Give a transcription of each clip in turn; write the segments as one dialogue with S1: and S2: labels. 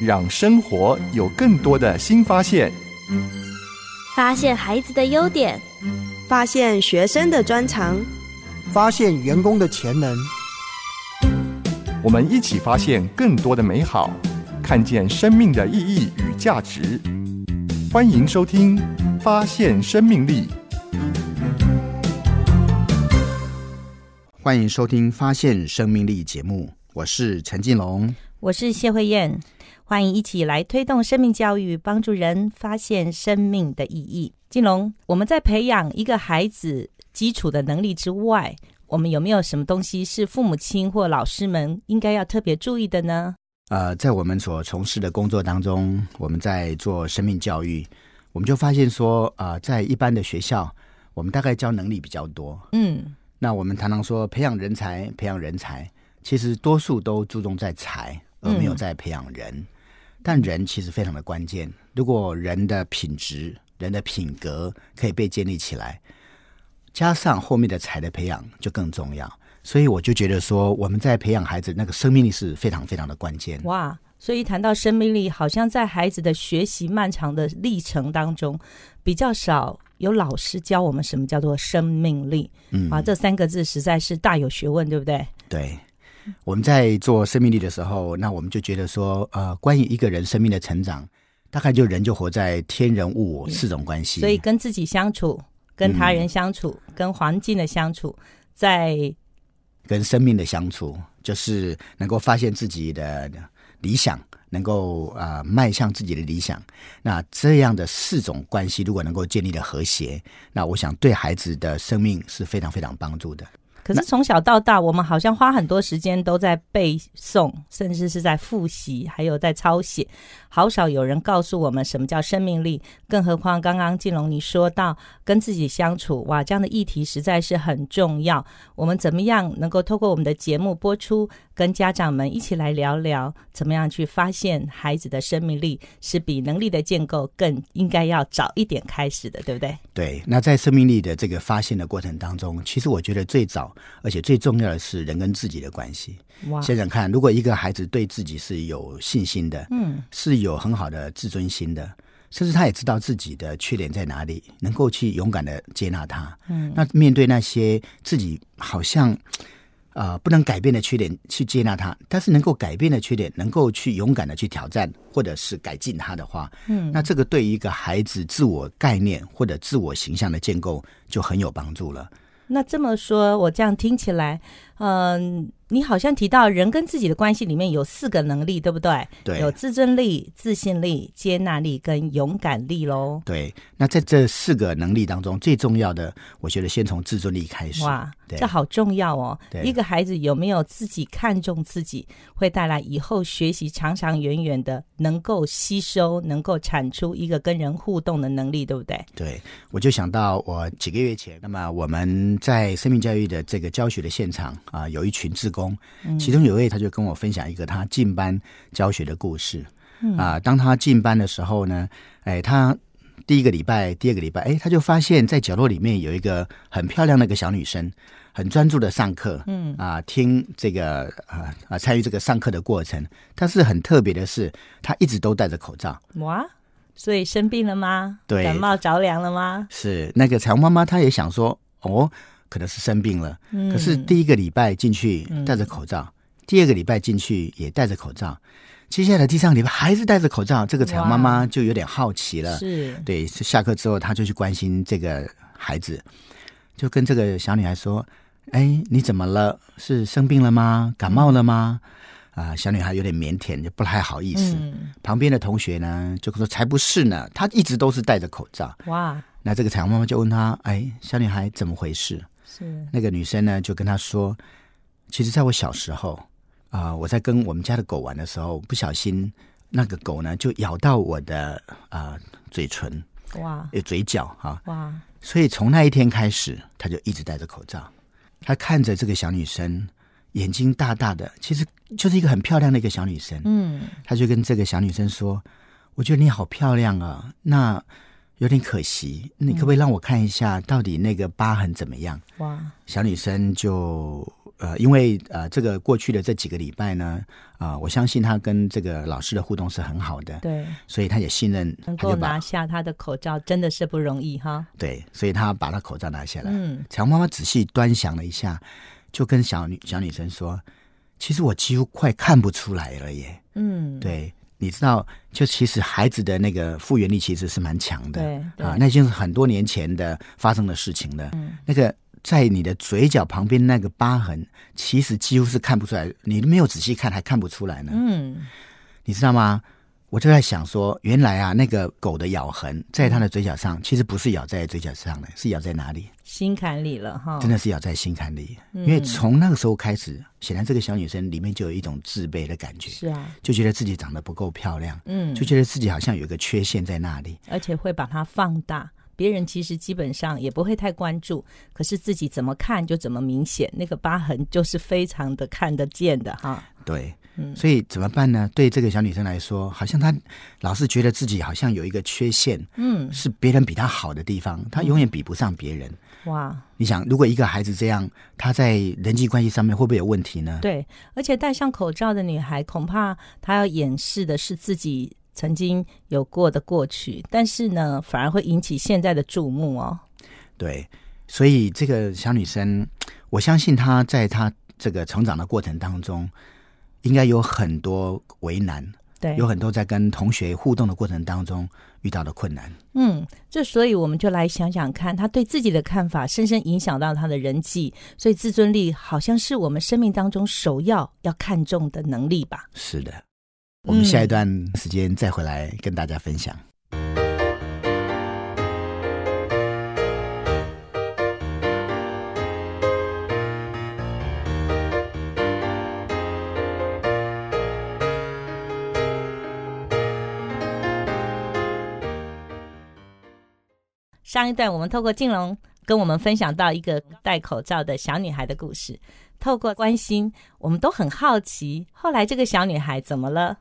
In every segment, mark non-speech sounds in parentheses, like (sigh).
S1: 让生活有更多的新发现。
S2: 发现孩子的优点，
S3: 发现学生的专长，
S4: 发现员工的潜能。
S1: 我们一起发现更多的美好，看见生命的意义与价值。欢迎收听《发现生命力》。
S5: 欢迎收听《发现生命力》节目，我是陈进龙。
S6: 我是谢慧燕，欢迎一起来推动生命教育，帮助人发现生命的意义。金龙，我们在培养一个孩子基础的能力之外，我们有没有什么东西是父母亲或老师们应该要特别注意的呢？
S5: 呃，在我们所从事的工作当中，我们在做生命教育，我们就发现说，呃，在一般的学校，我们大概教能力比较多。
S6: 嗯，
S5: 那我们常常说培养人才，培养人才，其实多数都注重在才，而
S6: 嗯
S5: 没有在培养人。但人其实非常的关键，如果人的品质、人的品格可以被建立起来，加上后面的才的培养就更重要。所以我就觉得说，我们在培养孩子那个生命力是非常非常的关键。
S6: 哇，所以谈到生命力，好像在孩子的学习漫长的历程当中，比较少有老师教我们什么叫做生命力
S5: 嗯
S6: 啊。这三个字实在是大有学问，对不对？
S5: 对，我们在做生命力的时候，那我们就觉得说，呃，关于一个人生命的成长，大概就人就活在天人物我四种关系。
S6: 嗯所以跟自己相处、跟他人相处、跟环境的相处，在
S5: 跟生命的相处，就是能够发现自己的理想，能够啊迈向自己的理想。那这样的四种关系，如果能够建立的和谐，那我想对孩子的生命是非常非常帮助的。
S6: 可是从小到大，我们好像花很多时间都在背诵，甚至是在复习，还有在抄写，好少有人告诉我们什么叫生命力。更何况刚刚静龙你说到跟自己相处，哇，这样的议题实在是很重要。我们怎么样能够透过我们的节目播出，跟家长们一起来聊聊，怎么样去发现孩子的生命力，是比能力的建构更应该要早一点开始的，对不对？
S5: 对，那在生命力的这个发现的过程当中，其实我觉得最早而且最重要的是人跟自己的关系。
S6: 哇，
S5: 想想看，如果一个孩子对自己是有信心的，
S6: 嗯，
S5: 是有很好的自尊心的，甚至他也知道自己的缺点在哪里，能够去勇敢的接纳他。嗯，那面对那些自己好像呃不能改变的缺点，去接纳它，但是能够改变的缺点，能够去勇敢的去挑战或者是改进它的话，嗯，那这个对于一个孩子自我概念或者自我形象的建构就很有帮助了。
S6: 那这么说，我这样听起来，嗯、你好像提到人跟自己的关系里面有四个能力，对不对？
S5: 对
S6: 有自尊力、自信力、接纳力跟勇敢力喽。
S5: 对，那在这四个能力当中，最重要的，我觉得先从自尊力开始。
S6: 哇，
S5: 对
S6: 这好重要哦！
S5: 对
S6: 一个孩子有没有自己看重自己，会带来以后学习长长远远的，能够吸收、能够产出一个跟人互动的能力，对不对？
S5: 对，我就想到我几个月前，那么我们在生命教育的这个教学的现场啊、有一群志工，其中有一位他就跟我分享一个他进班教学的故事。啊、当他进班的时候呢，哎，他第一个礼拜、第二个礼拜，哎，他就发现在角落里面有一个很漂亮的一个小女生，很专注的上课，嗯啊、听这个啊啊、参与这个上课的过程。但是很特别的是，她一直都戴着口罩。
S6: 哇，所以生病了吗？
S5: 对
S6: 感冒着凉了吗？
S5: 是那个彩虹妈妈，她也想说，哦，可能是生病了。
S6: 嗯
S5: 可是第一个礼拜进去戴着口罩，第二个礼拜进去也戴着口罩，接下来第三个礼拜还是戴着口罩，这个彩虹妈妈就有点好奇了。
S6: 是，
S5: 对，是下课之后，她就去关心这个孩子，就跟这个小女孩说：“哎，你怎么了？是生病了吗？感冒了吗？”啊、小女孩有点腼腆，就不太好意思。
S6: 嗯，
S5: 旁边的同学呢，就说：“才不是呢，她一直都是戴着口罩。”
S6: 哇，
S5: 那这个彩虹妈妈就问她：“哎，小女孩怎么回事
S6: 是？”，
S5: 那个女生呢就跟她说：“其实在我小时候啊、我在跟我们家的狗玩的时候，不小心那个狗呢就咬到我的啊、嘴唇、
S6: 哇。
S5: 呃嘴角哈、啊，
S6: 哇，
S5: 所以从那一天开始，她就一直戴着口罩。她看着这个小女生，眼睛大大的，其实就是一个很漂亮的一个小女生。
S6: 嗯，
S5: 他就跟这个小女生说：“我觉得你好漂亮啊，那有点可惜，
S6: 嗯
S5: 你可不可以让我看一下到底那个疤痕怎么样
S6: 哇，？”
S5: 小女生就呃，因为呃，这个过去的这几个礼拜呢，啊、我相信他跟这个老师的互动是很好的，
S6: 对，
S5: 所以他也信任，
S6: 能
S5: 他
S6: 够
S5: 就把
S6: 拿下他的口罩真的是不容易哈。
S5: 对，所以他把他口罩拿下来。
S6: 嗯，
S5: 乔妈妈仔细端详了一下，就跟小女小女生说：“其实我几乎快看不出来了耶。
S6: 嗯，
S5: 对，你知道，就其实孩子的那个复原力其实是蛮强的，
S6: 对对嗯
S5: 啊，那已经是很多年前的发生的事情了。那个在你的嘴角旁边那个疤痕，其实几乎是看不出来，你没有仔细看还看不出来呢。
S6: 嗯，
S5: 你知道吗？我就在想说，原来啊，那个狗的咬痕在它的嘴角上，其实不是咬在嘴角上的，是咬在哪里？
S6: 心坎里了哈。
S5: 真的是咬在心坎里。
S6: 嗯
S5: 因为从那个时候开始，显然这个小女生里面就有一种自卑的感觉，
S6: 是啊，
S5: 就觉得自己长得不够漂亮，
S6: 嗯
S5: 就，觉得自己好像有一个缺陷在那里。
S6: 而且会把它放大。别人其实基本上也不会太关注，可是自己怎么看就怎么明显，那个疤痕就是非常的看得见的哈。
S5: 对，
S6: 嗯
S5: 所以怎么办呢？对这个小女生来说，好像她老是觉得自己好像有一个缺陷，
S6: 嗯，
S5: 是别人比她好的地方，她永远比不上别人。
S6: 哇，
S5: 你想，如果一个孩子这样，他在人际关系上面会不会有问题呢？
S6: 对，而且戴上口罩的女孩，恐怕她要掩饰的是自己曾经有过的过去，但是呢，反而会引起现在的注目哦。
S5: 对，所以这个小女生，我相信她在她这个成长的过程当中，应该有很多为难，
S6: 对，
S5: 有很多在跟同学互动的过程当中遇到的困难。
S6: 嗯，这所以我们就来想想看，他对自己的看法深深影响到他的人际，所以自尊力好像是我们生命当中首要要看重的能力吧。
S5: 是的，我
S6: 嗯
S5: 们下一段时间再回来跟大家分享。
S6: 上一段我们透过静龙跟我们分享到一个戴口罩的小女孩的故事，透过关心，我们都很好奇，后来这个小女孩怎么了？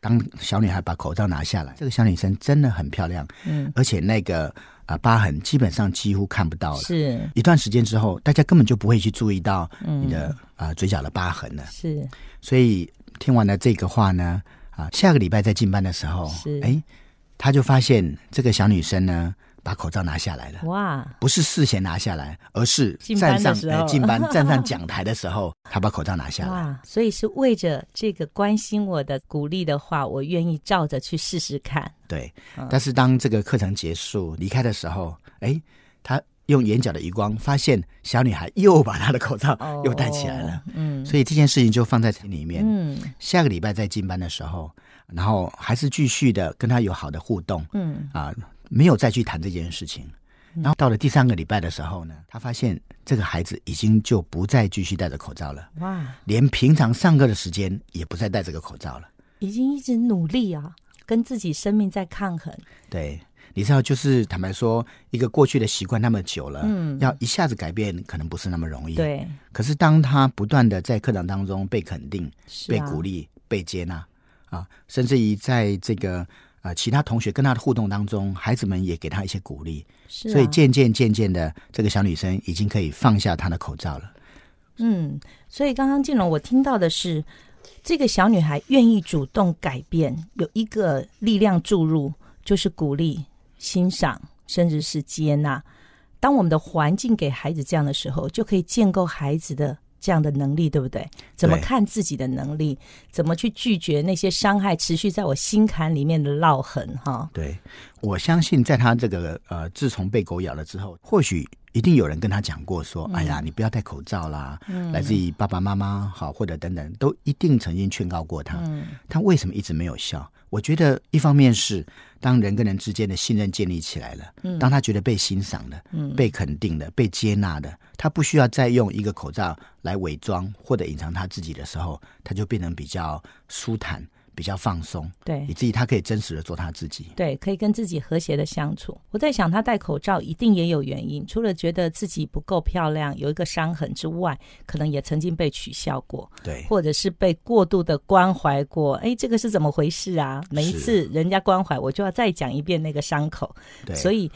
S5: 当小女孩把口罩拿下来，这个小女生真的很漂亮，
S6: 嗯，
S5: 而且那个啊、呃疤痕基本上几乎看不到了。
S6: 是
S5: 一段时间之后，大家根本就不会去注意到
S6: 嗯
S5: 你的啊、呃嘴角的疤痕了。
S6: 是，
S5: 所以听完了这个话呢，啊，下个礼拜在进班的时候
S6: 是，
S5: 哎，他就发现这个小女生呢，把口罩拿下来了。
S6: 哇，
S5: 不是事先拿下来，而是
S6: 进班
S5: 站
S6: 的
S5: 上
S6: 时
S5: 呃
S6: 候
S5: 进班
S6: (laughs)
S5: 站上讲台的时候，他把口罩拿下来。
S6: 哇，所以是为着这个关心我的鼓励的话，我愿意照着去试试看。
S5: 对
S6: 嗯，
S5: 但是当这个课程结束离开的时候，哎，他用眼角的余光发现小女孩又把她的口罩
S6: 哦
S5: 又戴起来了，，
S6: 嗯，
S5: 所以这件事情就放在心里面。
S6: 嗯
S5: 下个礼拜再进班的时候，然后还是继续的跟他有好的互动，
S6: 嗯，
S5: 啊、没有再去谈这件事情。然后到了第三个礼拜的时候呢，他发现这个孩子已经就不再继续戴着口罩了，
S6: 哇，
S5: 连平常上课的时间也不再戴这个口罩了。
S6: 已经一直努力啊，跟自己生命在抗衡。
S5: 对，你知道，就是坦白说，一个过去的习惯那么久了，嗯，要一下子改变可能不是那么容易。，
S6: 对，
S5: 可是当他不断的在课堂当中被肯定、
S6: 是
S5: 被
S6: 啊
S5: 鼓，励、被接纳啊，甚至于在这个呃其他同学跟他的互动当中，孩子们也给他一些鼓励，
S6: 是啊
S5: 所以渐渐渐渐的，这个小女生已经可以放下她的口罩了。
S6: 嗯，所以刚刚静龙我听到的是，这个小女孩愿意主动改变，有一个力量注入，就是鼓励、欣赏，甚至是接纳。当我们的环境给孩子这样的时候，就可以建构孩子的这样的能力，对不对？怎么看自己的能力？怎么去拒绝那些伤害持续在我心坎里面的烙痕？哈，
S5: 对，我相信在她这个呃，自从被狗咬了之后，或许一定有人跟她讲过说：“哎呀，你不要戴口罩啦。来自于爸爸妈妈好，或者等等，都一定曾经劝告过她。她为什么一直没有效？我觉得一方面是当人跟人之间的信任建立起来了，当她觉得被欣赏了、被肯定了、被接纳的，她不需要再用一个口罩来伪装或者隐藏她自己的时候，她就变成比较舒坦、比较放松。
S6: 对
S5: 以。至于他可以真实的做他自己。
S6: 对，可以跟自己和谐的相处。我在想，她戴口罩一定也有原因，除了觉得自己不够漂亮，有一个伤痕之外，可能也曾经被取笑过，
S5: 对
S6: 或者是被过度的关怀过。哎，这个是怎么回事啊？每一
S5: 是
S6: 次人家关怀，我就要再讲一遍那个伤口，
S5: 对，
S6: 所以。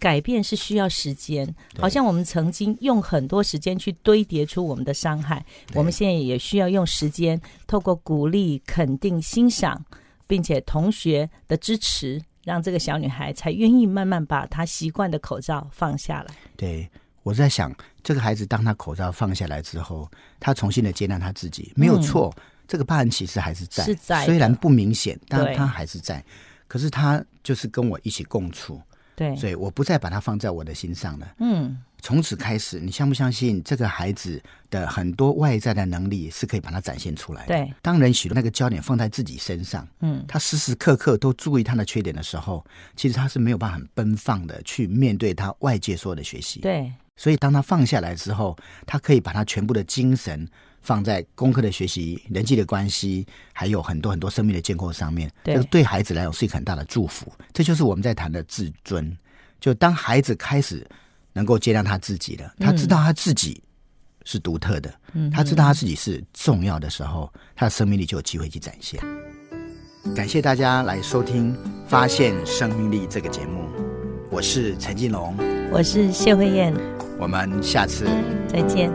S6: 改变是需要时间，
S5: 对
S6: 好像我们曾经用很多时间去堆叠出我们的伤害，
S5: 对
S6: 我们现在也需要用时间，透过鼓励、肯定、欣赏，并且同学的支持，让这个小女孩才愿意慢慢把她习惯的口罩放下来。
S5: 对，我在想，这个孩子当他口罩放下来之后，他重新的接纳他自己，没有错，这个疤痕其实还是在，
S6: 嗯是在的
S5: 虽然不明显，但
S6: 对
S5: 他还是在。可是他就是跟我一起共处，
S6: 对，
S5: 所以我不再把它放在我的心上了。
S6: 嗯，
S5: 从此开始，你相不相信这个孩子的很多外在的能力是可以把它展现出来的？
S6: 对，
S5: 当人许那个焦点放在自己身上，
S6: 嗯，
S5: 他时时刻刻都注意他的缺点的时候，其实他是没有办法很奔放的去面对他外界所有的学习。，
S6: 对，
S5: 所以当他放下来之后，他可以把他全部的精神放在功课的学习、人际的关系，还有很多很多生命的建构上面。
S6: 对
S5: 这个对孩子来讲是一个很大的祝福。这就是我们在谈的自尊。就当孩子开始能够接纳他自己了，他知道他自己是独特的，
S6: 嗯嗯哼
S5: 他知道他自己是重要的时候，他的生命力就有机会去展现。感谢大家来收听《发现生命力》这个节目，我是陈进龙，
S6: 我是谢慧燕，
S5: 我们下次
S6: 再见。